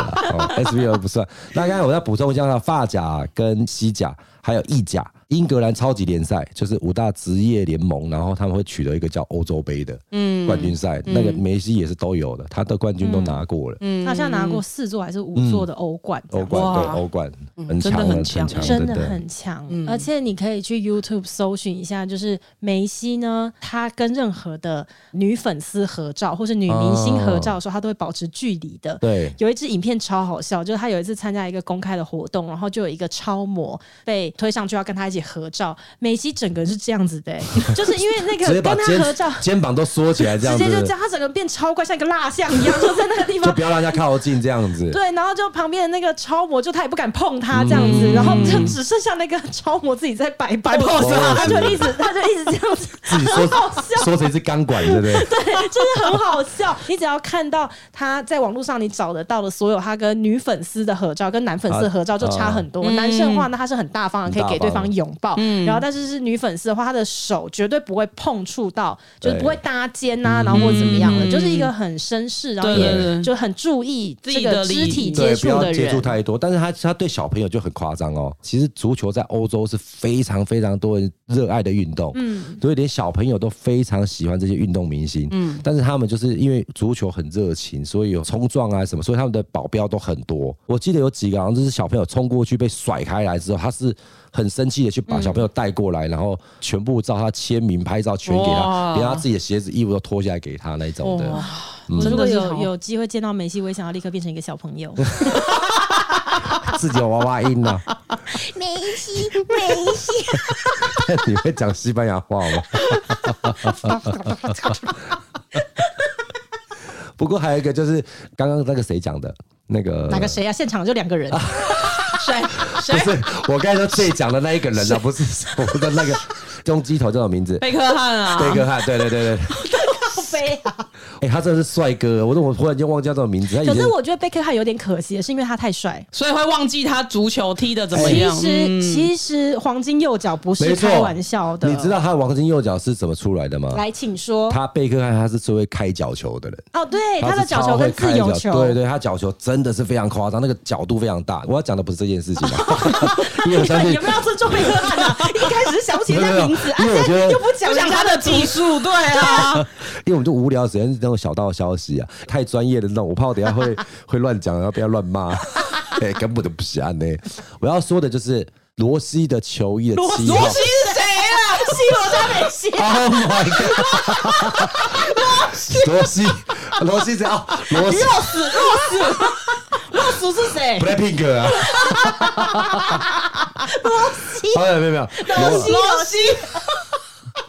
B: 哎哦，SBL 不算。那刚才我再补充一下，发甲跟西甲还有意甲，英格兰超级联赛就是五大职业联盟，然后他们会取得一个叫欧洲杯的
A: 嗯
B: 冠军赛，那个梅西也是都有的，他的冠军都拿过了，
A: 好像拿过四座还是五座的欧冠这
B: 嗯欧
A: 样，
B: 冠对
C: 哇
B: 欧冠很
C: 真的
B: 强
C: 很
B: 很
C: 强
B: 强，
A: 真
B: 的
A: 的很强，而且你可以去 YouTube 搜寻一下，就是梅西呢，他跟任何的女粉丝合照或是女明星合照的时候，他都会保持距离的。
B: 对。
A: 有一支影片超好笑，就是他有一次参加一个公开的活动，然后就有一个超模被推上去要跟他一起合照，梅西整个人是这样子 的、欸就是因为那
B: 直接
A: 个
B: 把
A: 跟他合照
B: 肩，肩膀都缩起来，这
A: 直
B: 样子
A: 接就这样，他整个人变超怪，像一个蜡像一样，就在那个地
B: 就
A: 方
B: 不要让人家靠近，这样子。
A: 对，然后就旁边的那个超模，就他也不敢碰他这样
B: 嗯
A: 子，然后就只剩下那个超模自己在摆摆 pose，
B: pose
A: 他就一直他就一直这样子，
B: 自己说
A: 很 好笑。
B: 说谁是钢管，对不对？
A: 对，就是很好笑。你只要看到他在网络上你找得到的所有他跟女粉丝的合照，跟男
C: 啊
A: 粉丝的合照就差很多。男生的话，那他是很大方的，可以给对方拥抱。
C: 嗯
A: 然后，但是是女粉丝的话，他的手绝对不会碰触到，就是不会搭肩呐、然后或怎么样的，就是一个很绅士，然后
C: 嗯对对
A: 也
C: 对
A: 就很注意这
C: 自己的
A: 个
C: 礼
A: 肢
C: 仪
A: 体接
B: 对，不
A: 触的
B: 要接
A: 人
B: 触。太多。但是他他对小朋友就很夸张哦。其实足球在欧洲是非常非常多人热爱的运动，嗯，所以连小朋友都非常喜欢这些运动明星，嗯。但是他们就是因为足球很热情，所以有冲撞啊什么，所以他们的保镖都很多。我记得有几个好像就是小朋友冲过去被甩开来之后，他是。很生气的去把小朋友带过来，然后全部照他签名拍照全给他，
C: 哇
B: 连他自己的鞋子、衣服都脱下来给他那种的。
C: 哇，
A: 如
C: 真
A: 果
C: 的是
A: 有
C: 好
A: 有机会见到梅西，我也想要立刻变成一个小朋 友。
B: 自己有娃娃音呢、
D: 梅西，梅西，
B: 你会讲西班牙话吗？不过还有一个就是刚刚那个谁讲的那个
A: 哪个？谁啊？现场就两 个人，
C: 谁
B: 不
C: 谁
B: 是我刚才说最讲的那一个人啊，不是我的那个中鸡头这种名字，
C: 贝克汉啊？
B: 贝克汉，对对对对，
A: 飞啊！
B: 哎、他真的是帅哥，我说我忽然间忘记他叫什么名字。他 以
A: 可
C: 哎
B: 前
A: 是我觉得贝克汉有点可惜，是因为他太帅。
C: 所以会忘记他足球踢的怎么
A: 其
C: 样。
A: 实，其实黄金右脚不
B: 嗯没
A: 是
B: 错
A: 开玩笑的。
B: 你知道他的黄金右脚是怎么出来的吗？
A: 来，哦请说。
B: 他贝克汉他是最会开角球的人。
A: 哦，对，他
B: 是
A: 的角
B: 超
A: 球
B: 会
A: 跟
B: 开
A: 自由
B: 角
A: 球，
B: 对对，他角球真的是非常夸张，那个角度非常大。我要讲的不是这件 事情啊，因为我相信
A: 有没有尊重贝克汉 啊？一开始是想不起人家名字，啊，
B: 没有没有因
A: 现
B: 为我觉
A: 在
B: 得
A: 又不讲
C: 不
A: 人
C: 讲
A: 家
C: 他
A: 的
C: 的技术，对 啊，
B: 因为我们就无聊，只能那种小道消息啊，太专业的那种，我怕我等一 下会会乱讲，然后被他乱骂。哎、根本都不是安呢。我要说的就是罗西的球衣的
C: 罗
B: 七
C: 罗
B: 号
C: 西是谁啊？
A: 西罗加美西，
B: ，Oh my god！罗西，罗西谁啊？罗西
A: 洛死洛死洛死是谁？
B: ，Blackpink 啊！罗哦西，没 有没有，罗
C: 罗西，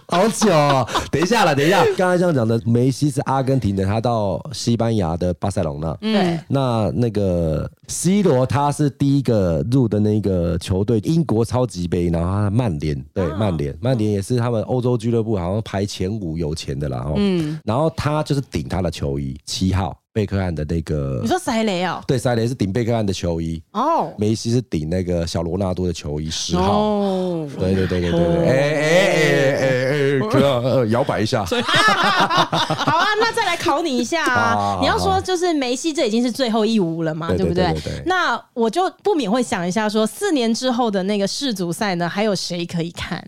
B: 好久、 哦，等一下了，等一下。刚才这样讲的，梅西是阿根廷的，他到西班牙的巴塞隆纳。
A: 对，
B: 那那个 C 罗他是第一个入的那个球队，英国超级杯，然后他曼联，对、
A: 啊
B: 曼联，曼联也是他们欧洲俱乐部好像排前五有钱的啦，哦，
A: 嗯
B: 然后他就是顶他的球衣七号贝克汉的那个
A: 你，说塞雷哦，
B: 对，塞雷是顶贝克汉的球衣，
A: 哦，
B: 梅西是顶那个小罗纳多的球衣十号。
C: 哦，
B: 对对对对对对，哎哎哎哎哎，哥，呃摇摆一下，
A: 好啊，那再来考你一下
B: 好好
A: 啊
B: 好！
A: 你要说就是梅西这已经是最后一舞了嘛，
B: 对
A: 不
B: 对对对对
A: 那我就不免会想一下说四年之后的那个世足赛呢，还有谁可以看？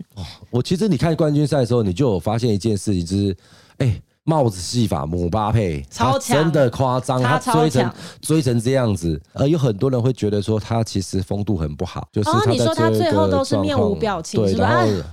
B: 我其实你看冠军赛的时候，你就有发现一件事情，就是哎、帽子戏法姆巴佩
A: 超
B: 他
A: 强
B: 真的夸张，他
A: 他超
B: 追成
A: 强
B: 追成这样子，呃，有很多人会觉得说他其实风度很不好，就是
A: 哦
B: 他
A: 你
B: 在
A: 说他
B: 这
A: 最后
B: 个
A: 都是
B: 状
A: 面无
B: 况
A: 表情
B: 对，
A: 是吧
B: 然后
A: 啊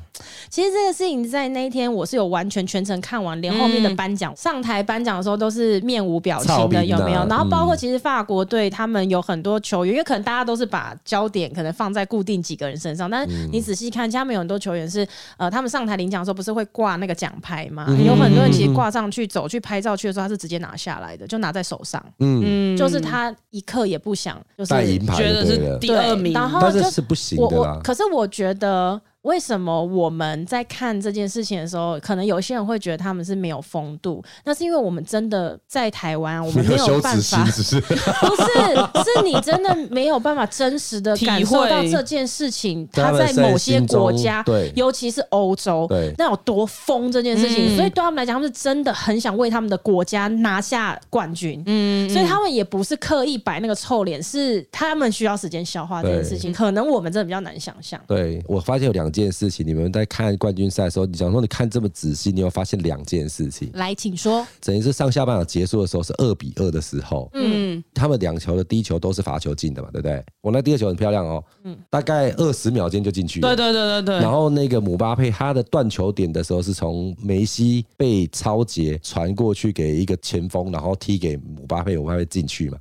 A: 其实这个事情在那一天我是有完全全程看完，连后面的颁奖、上台颁奖的时候都是面无表
B: 嗯操
A: 情
B: 兵啊
A: 的，有没有？然后包括
B: 嗯
A: 其实法国队他们有很多球员，因为可能大家都是把焦点可能放在固定几个人身上，但
B: 嗯
A: 是你仔细看，其实他们有很多球员是呃，他们上台领奖的时候不是会挂那个奖牌吗？
B: 嗯
A: 有很多人其实挂上去走去拍照去的时候，他是直接拿下来的，就拿在手上，
B: 嗯，
A: 就是他一刻也不想，就是
B: 带银牌
C: 觉
B: 就
C: 得
B: 对
C: 是
B: 了，
C: 第二名，
A: 对然后
B: 但是
A: 就是
B: 不行
A: 我
B: 的
A: 我
B: 啦，。
A: 可是我觉得，为什么我们在看这件事情的时候，可能有些人会觉得他们是没有风度？那是因为我们真的在台湾啊，我 们没有办法，
B: 只是
A: 不是，是你真的没有办法真实的
C: 体
A: 感受到
C: 会
A: 这件事情，
B: 他
A: 它
B: 们
A: 在
B: 在
A: 某些
B: 心中
A: 国家，
B: 对
A: 尤其是欧洲
B: 对，
A: 那有多疯这件事情。
C: 嗯
A: 所以对他们来讲，他们是真的很想为他们的国家拿下冠军。嗯，所以他们也不是刻意摆那个臭脸，是他们需要时间消化这件事情。可能我们真的比较难想象。
B: 对我发现有两件事情，你们在看冠军赛的时候，你想说你看这么仔细，你有发现两件事情，
A: 来，请说。
B: 等于是上下半场结束的时候是二比二的时候，
C: 嗯，
B: 他们两球的第一球都是罚球进的嘛，对不对？我那第二球很漂亮哦，大概二十秒间就进去了。
C: 嗯对对对对
B: 然
C: 对，
B: 后那个姆巴佩他的断球点的时候是从梅西被超截传过去给一个前锋，然后踢给姆巴佩，姆巴佩进去嘛。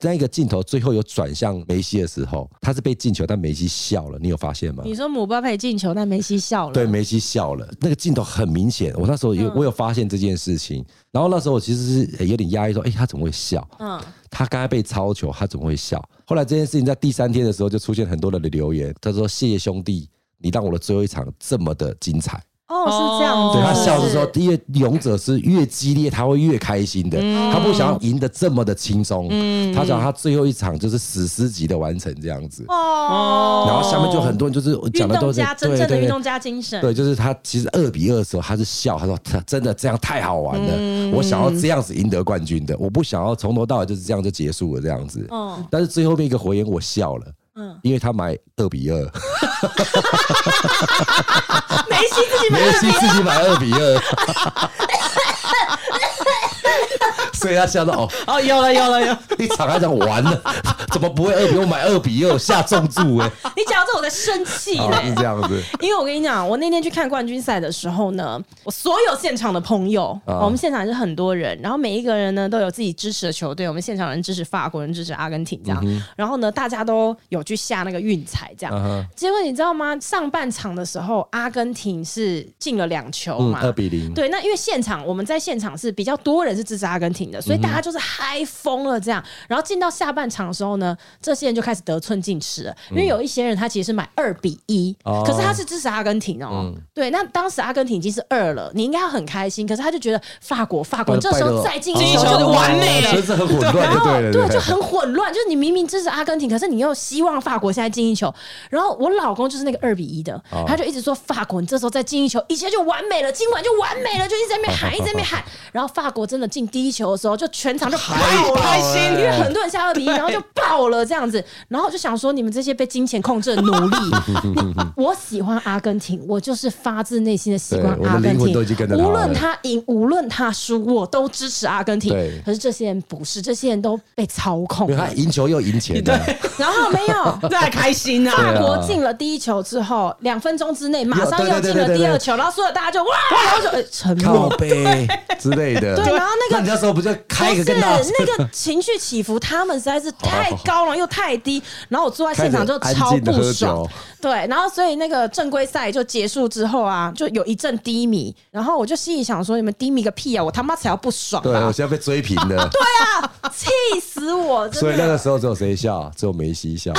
B: 那个镜头最后有转向梅西的时候，他是被进球，但梅西笑了，你有发现吗？
A: 你说姆巴佩进球，但梅西笑了。
B: 对，梅西笑了，那个镜头很明显。我那时候
A: 嗯
B: 有、我有发现这件事情，然后那时候我其实是有点压抑，说，哎、他怎么会笑？
A: 嗯，
B: 他刚才被超球，他怎么会笑？后来这件事情在第三天的时候就出现很多人的留言，他说：“谢谢兄弟，你让我的最后一场这么的精彩。
A: 哦，是这样
C: 哦
A: 子。
B: 对他笑的
A: 是
B: 时候，因为勇者是越激烈他会越开心的，
A: 嗯
B: 他不想要赢得这么的轻松，他想他最后一场就是史诗级的完成这样子。
A: 哦，
B: 然后下面就很多人就是
A: 运
B: 讲的都
A: 动
B: 是
A: 家真
B: 对
A: 正的
B: 对
A: 运
B: 对
A: 动家精神。
B: 对，就是他其实二比二的时候，他是笑，他说他真的这样太好玩了，
A: 嗯
B: 我想要这样子赢得冠军的，我不想要从头到尾就是这样就结束了这样子。
A: 嗯
B: 但是最后面一个回言我笑了。
A: 嗯
B: 因为他买二比 二，
A: 梅西自己买
B: 梅
A: 了
B: 西自己买二比二， 所以他笑到哦，
C: 哦，有了有了有，
B: 一场他讲完了，怎么不会二比二？我买二比二，我下重注 哎、
A: 你讲到这我在生气
B: 欸，啊是这样子，
A: 因为我跟你讲，我那天去看冠军赛的时候呢，我所有现场的朋友，
B: 啊
A: 我们现场是很多人，然后每一个人呢都有自己支持的球队，我们现场人支持法国人，支持阿根廷这样，然后呢大家都有去下那个运彩这样。
B: 嗯哼
A: 结果你知道吗？上半场的时候，阿根廷是进了两球
B: 嗯，
A: 嘛，
B: 二比零，
A: 对，那因为现场我们在现场是比较多人是支持阿根廷的，所以
B: 嗯
A: 大家就是嗨疯了这样。然后进到下半场的时候呢，这些人就开始得寸进尺了，因为有一些人他其实是买二比一、
B: 嗯哦嗯
A: 可是他是支持阿根廷哦、对，那当时阿根廷已经是二了，你应该要很开心，可是他就觉得法国法国这时候再进一
C: 球
A: 就
C: 就完美
B: 真哦是很混乱，
A: 然
B: 就
A: 后
B: 对了，对了，
A: 就很混乱，就是你明明支持阿根廷，可是你又希望法国现在进一球。然后我老公就是那个二比一的，
B: 哦
A: 他就一直说法国，你这时候再进一球，一切就完美了，今晚就完美了，就一直在那边喊，一直在那边喊。然后法国真的进第一球的时候，就全场就爆了，
B: 开心
A: 因为很多人下二比一，然后就爆了这样子。然后我就想说，你们这些被金钱控制的奴 隶，你我喜欢阿根廷，我就是发自内心的喜欢
B: 对我的
A: 阿根
B: 灵魂都已经
A: 廷
B: 跟着，他
A: 无论
B: 了
A: 他。他赢，无论他输，我都支持阿根廷
B: 对。
A: 可是这些人不是，这些人都被操控
B: 因为他
A: 了。
B: 赢球又赢 钱啊的，
A: 然后没 有。
C: 这还开心 啊！
A: 法
B: 啊
A: 国进了第一球之后，两分钟之内马上又进
B: 对对对
A: 了
B: 对
A: 第二
B: 对
A: 球，然后所有大家就哇，然后就呃沉
B: 靠
A: 默。
B: 背之类的。
A: 对然后那个
B: 你那时候不就
A: 不
B: 开一
A: 是
B: 个跟他
A: 那个情绪起伏，他们实在是太高了又太低，然后我坐在现场就
B: 开始
A: 超
B: 安静地
A: 不
B: 喝
A: 爽
B: 酒。
A: 对，然后所以那个正规赛就结束之后啊，就有一阵低迷，然后我就心里想说，你们低迷个屁啊！我他妈才要不爽
B: 对我
A: 啊！
B: 现在被追平 了，
A: 气死我！真
B: 所以那
A: 的
B: 个时候只有谁笑，只有梅 西笑，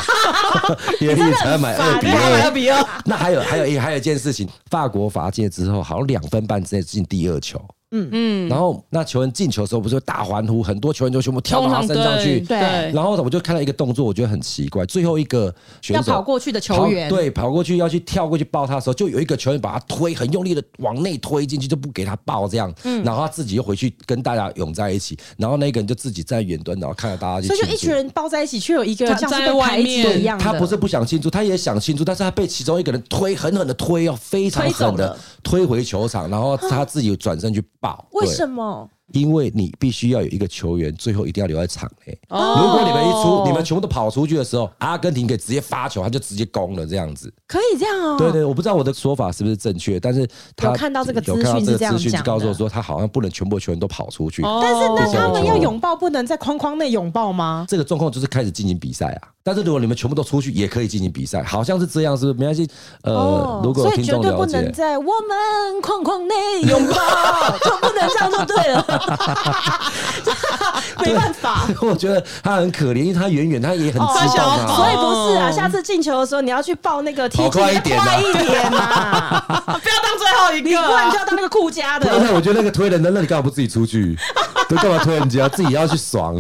B: 因为你才买二比
A: 你真的很
B: 二
A: 烦。
C: 二比二，
B: 那还有还有一还有一件事情，法国罚界之后，好像两分半之内进第二球。嗯嗯，然后那球员进球的时候，不是会大欢呼，很多球员就全部跳到他身上去。
A: 对
B: 然后我就看到一个动作，我觉得很奇怪，最后一个选手
A: 要跑过去的球员
B: 跑对，跑过去要去跳过去抱他的时候，就有一个球员把他推，很用力的往内推进去，就不给他抱这样。
A: 嗯
B: 然后他自己又回去跟大家涌在一起，然后那个人就自己在远端，然后看着大家去
A: 所
B: 庆
A: 以
B: 祝。
A: 就一群人抱在一起，却有一个
C: 他
A: 像是
C: 站在
A: 被
C: 外
A: 排挤
C: 面
A: 的一样的。
B: 他不是不想庆祝，他也想庆祝，但是他被其中一个人推，狠狠的推哦，非常狠的推回球场，然后他自己转身去抱。
A: 为什
B: 对？
A: 么？
B: 因为你必须要有一个球员最后一定要留在场内。
C: 哦
B: 如果你们一出，你们全部都跑出去的时候，阿根廷可以直接发球，他就直接攻了这样子。
A: 可以这样哦、
B: 对对，我不知道我的说法是不是正确，但是他
A: 有看到这个资
B: 有看到
A: 讯是
B: 这个
A: 这样
B: 资讯
A: 讲
B: 就告诉我
A: 的哦
B: 说，他好像不能全部球员都跑出去。
A: 但是那他们要
B: 有
A: 拥抱，不能在框框内拥抱吗？
B: 这个状况就是开始进行比赛啊。但是如果你们全部都出去，也可以进行比赛，好像是这样，是不是？没关系，呃，如果
A: 哦
B: 有
A: 所以
B: 听
A: 绝
B: 众
A: 对不
B: 了
A: 能
B: 解，
A: 在我们框框内拥抱，就不能这样就对 了，没办法。哦
B: 我觉得他很可怜，因为他远远他也很
C: 他
B: 知
C: 想
B: 道
C: 要
A: 所
B: 他
A: 以不是
C: 哦
A: 啊，下次进球的时候你要去抱那个踢
B: 跑快一点啊
A: 快一点嘛，
C: 不 要当最后一
A: 你
C: 个
A: 不然
C: 啊
A: 就！要当那个顾家的。
B: 而且我觉得那个推人的，那你干嘛不自己出去？都干嘛推人家？自己要去爽。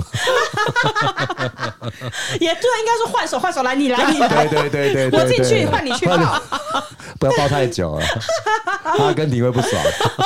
A: 也对，应该说换手换手，来你来你来，
B: 对对对对对
A: 我进去
B: 对
A: 换你去抱，
B: 不要抱太久 啊，阿根廷会不爽。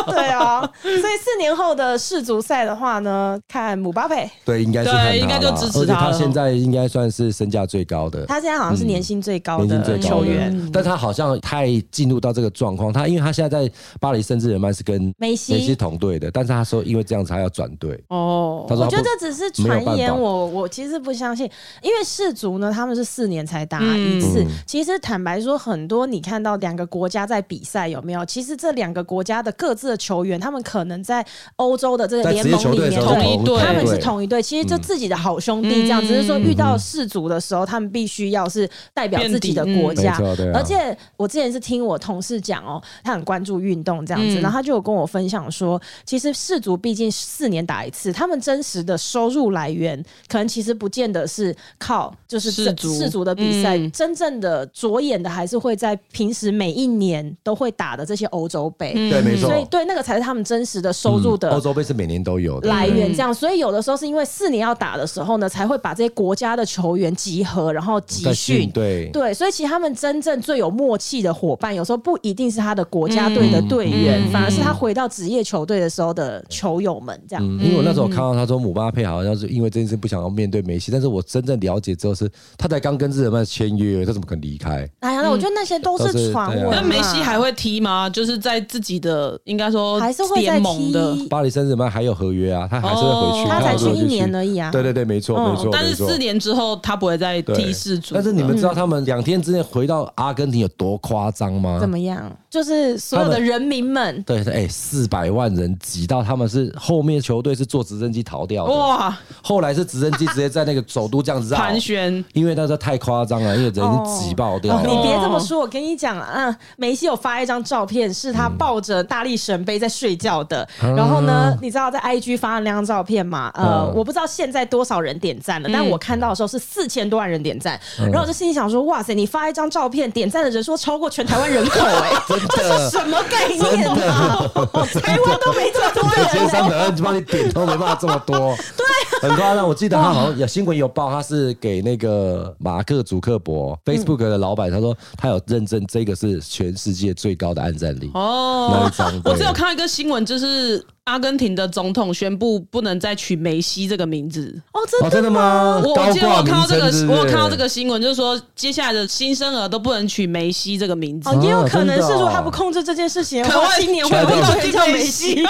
A: 对啊。所以四年后的世足赛的话呢，看姆巴佩，
B: 对，应该是
C: 对
B: 看他
C: 应该就
B: 啦
C: 支持
B: 而且
C: 他
B: 他
C: 了
B: 现在应该算是身价最高的。
A: 他现在好像是年薪最高
B: 年
A: 的
B: 薪最高
A: 球
B: 的
A: 员。，
B: 但他好像太进入到这个状况。他因为他现在在巴黎圣日耳曼是跟
A: 梅西
B: 同队的，但是他说因为这样子他要转队。
C: 哦，
B: 他说
A: 我
B: 他
A: 觉得
B: 不
A: 这只是
B: 没
A: 传
B: 有办
A: 言，
B: 法
A: 我我其实不相信，因为世足呢，他们是四年才打一次。
B: 嗯
A: 其实坦白说，很多你看到两个国家在比赛有没有？其实这两个国家的各自的球员，他们可能在欧洲的这个
B: 在
A: 联
B: 职业
A: 盟
B: 球
A: 里
B: 队嗯
A: 面，
B: 的时候
A: 对
C: 同一队
A: 他们是
B: 对
A: 同一队，其实就自己的好兄弟这样，只是说遇到世足的时候，他们必须要是代表自己的国家，
B: 变底嗯没错对啊
A: 而且我之前是听我同事讲哦，他很关注运动这样
B: 嗯
A: 子，然后他就有跟我分享说，其实氏族毕竟四年打一次，他们真实的收入来源可能其实不见得是靠就是
C: 氏
A: 这
C: 族
A: 氏族的比赛，
C: 嗯
A: 真正的着眼的还是会在平时每一年都会打的这些欧洲杯。
B: 对，没错
A: 所以，对那个才是他们真实的收入的
B: 嗯欧洲杯嗯是每年都有的。
A: 来源这样，所以有的时候是因为四年要打的时候呢，才会把这些国家的球员集合，然后集
B: 在
A: 训
B: 训，对
A: 对，所以其实他们真正最有默契的伙伴，有时候不一定是他的国家队的队员，反而是他回到职业球队的时候的球友们这样。
B: 嗯，因为我那时候看到他说姆巴佩好像是因为这件事不想要面对梅西，但是我真正了解之后是他才刚跟日耳曼签约，他怎么可能离开？
A: 哎呀，那我觉得那些都
B: 都
A: 是
B: 是
A: 传
B: 对
A: 闻
B: 啊
A: 啊。
C: 那梅西还会踢吗？就是在自己的应该说
A: 还是会在
C: 联盟的，
A: 踢，
B: 巴黎圣日耳曼还有合约啊，他还是会回去，
C: 哦
A: 他才
B: 还是
A: 去
B: 会
A: 一年而已啊。
B: 对对对，没错
A: 嗯
B: 没错，
C: 但是
B: 没错
C: 四年之后他不会再
B: 对
C: 踢世足了。
B: 但是你们知道他们两天之内回到阿根廷有多夸张吗？
A: 怎么样？就是所有的
B: 他们
A: 人民们，
B: 对，哎、四百万人挤到他们是后面球队是坐直升机逃掉的，
C: 哇，
B: 后来是直升机直接在那个首都这 样子绕
C: 盘旋，
B: 因为那时候太夸张了，因为人已经挤爆掉
A: 哦你
B: 了。
A: 别这么说，我跟你讲啊，梅西有发一张照片，是他抱着大力神杯在睡觉的。然后呢，你知道在 IG 发了那张照片吗？嘛，呃，
B: 嗯
A: 我不知道现在多少人点赞了，但我看到的时候是四千多万人点赞，
B: 嗯
A: 然后我就心里想说，哇塞，你发一张照片，点赞的人数超过全台湾人口、哎，
B: 真
A: 这是
B: 的。
A: 什么概念啊？ 台湾都没这么
C: 啊
A: 多
B: 这 千
A: 人、
B: 三
A: 哎
B: 百万帮你顶都没办法这么多，
C: 啊
B: 对，很夸张。我记得他好像有新闻有报，他是给那个马克·祖克伯
C: 嗯
B: Facebook 的老板，他说他有认证这个是全世界最高的按赞率。那
C: 哦
B: 一张，对
C: 我只有看到一个新闻，就是阿根廷的总统宣布不能再取梅西这个名字。
A: 哦，真
B: 哦，真的吗？
C: 我
B: 高
C: 我记得
B: 挂
C: 我看
B: 名
C: 到这
B: 称
C: 个
B: 是，不
C: 我
B: 是
C: 有看到这个新闻，就是说接下来的新生儿都不能取梅西这个名字
A: 哦，。也有可能是
B: 真的哦
A: 如果他不控制这件事情的
C: 可能
A: 话，
C: 会
A: 今年会不
B: 全部
A: 会
B: 都
A: 有人叫梅西？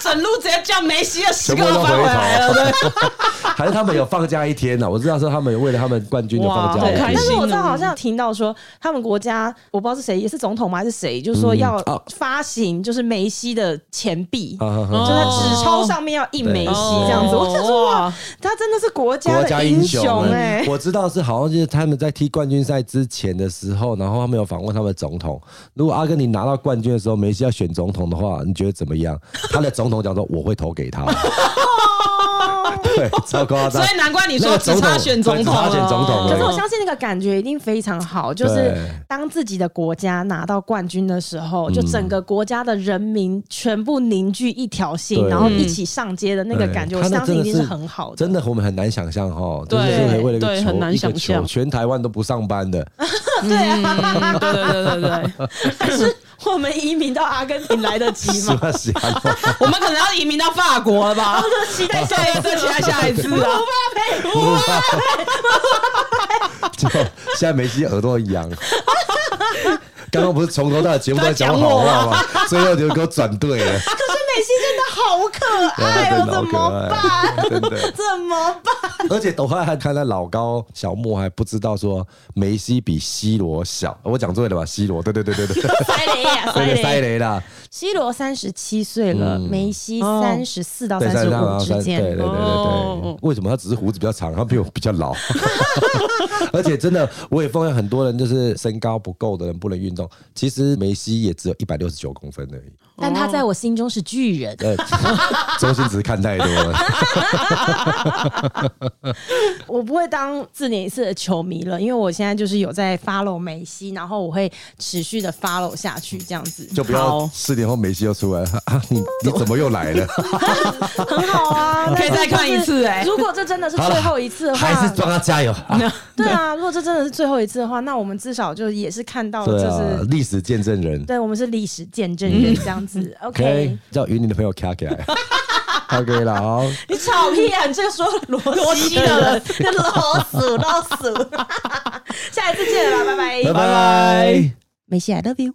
C: 整路直接叫梅西的十
B: 全部
C: 个
B: 都
C: 翻
B: 回
C: 回来了，
B: 头， 还是他们有放假一天啊呢、我知道是他们为了他们冠军有放假
C: 哇
B: 一
A: 对，
C: 好开
A: 但是
B: 天。
C: 心
B: 啊
A: 我知道
C: 哦
A: 好像听到说，他们国家我不知道是谁，也是总统吗还是谁，就是说要
B: 哦
A: 发行就是梅西的钱币，
B: 啊哈哈
A: 就是它纸钞上面要印梅西这样子。
C: 哦
A: 我想说哇，他真的是国家
B: 国
A: 的
B: 家
A: 英
B: 英雄嗯
A: 哎、
B: 我知道是好像就是他们在踢冠军赛之前的时候，然后他们有访问他们总统，如果阿根廷拿到冠军的时候，梅西要选总统的话，你觉得怎么样？他的总统讲说我会投 给他，对，超夸张
C: 所。以难怪你
B: 那
C: 说
B: 个
C: 只差选总
B: 对只
C: 统
B: 差选总统而
C: 了。
B: 已
A: 可是我相信那个感觉一定非常好，就是
B: 对
A: 当自己的国家拿到冠军的时
B: 嗯
A: 候，就整个国家的人民全部凝聚一条心，
B: 对嗯
A: 然后一起上街的那个
B: 对
A: 感觉，我
B: 他那
A: 相信
B: 真
A: 一定
B: 的
A: 是
B: 是
A: 很好的。
B: 真的我们很难想象哈，就是
C: 对
B: 为了一个
C: 对
B: 球，
C: 很难
B: 一个
C: 想象
B: 球，全台湾都不上班 的，
A: 对啊，
C: 嗯对对对对对，
A: 我们移民到阿根廷来得及
B: 是
A: 吗？
B: 吗？是啊
C: 我们可能要移民到法国 了吧？
A: 期待
C: 下一次，期待下一次啊！
B: 就现在梅西耳朵很 痒。刚刚不是从头到尾节目都在讲好
A: 啊
B: 话吗？最后就给我转对了，
A: 可是美西真的好可爱
B: 对
A: 哦，
B: 真的
A: 怎
B: 好可
A: 么办？
B: 爱，真的。
A: 怎么办？
B: 而且董汉还看他老高小莫还不知道说梅西比 C 罗小，我讲对了吧？C 罗，对对 对 对对，
A: 塞雷呀，
B: 那个塞。雷啦，
A: C 罗三十七岁了，梅西
C: 哦
A: 三十四到
B: 对
A: 三
B: 塞
A: 十
B: 雷啦
A: 五
B: 塞
A: 之
B: 哦对对对
A: 间。
B: 对对
C: 哦，
B: 为什么他只是胡子比较长，他比我比较老？ 而且真的，我也发现很多人就是身高不够的人不能运动，其实梅西也只有一百六十九公分而已。
A: 但他在我心中是巨人。
B: 呃，周星驰看太多了，
A: 我不会当四年一次的球迷了，因为我现在就是有在 follow 梅西，然后我会持续的 follow 下去，这样子
B: 就不要
C: 好
B: 四年后梅西又出来 了啊！你你怎么又来了？
A: 很好 啊。
C: 可以再看一次哎
A: 但是如果这真的是最后一次的话，
B: 还是帮 他加油。啊
A: 对啊，如果这真的是最后一次的话，那我们至少就也是看到了，哦
B: 对
A: 就
B: 啊
A: 是，
B: 历史见证人。
A: 对我们是历史见证人这样子。OK，
B: 嗯 OK，叫云林的朋友卡起 来。OK 了，好，
A: 你吵屁啊！你这个说罗罗西的人，那老鼠老 鼠。下一次见了，拜拜
B: 拜。拜。
A: 梅西，I love you。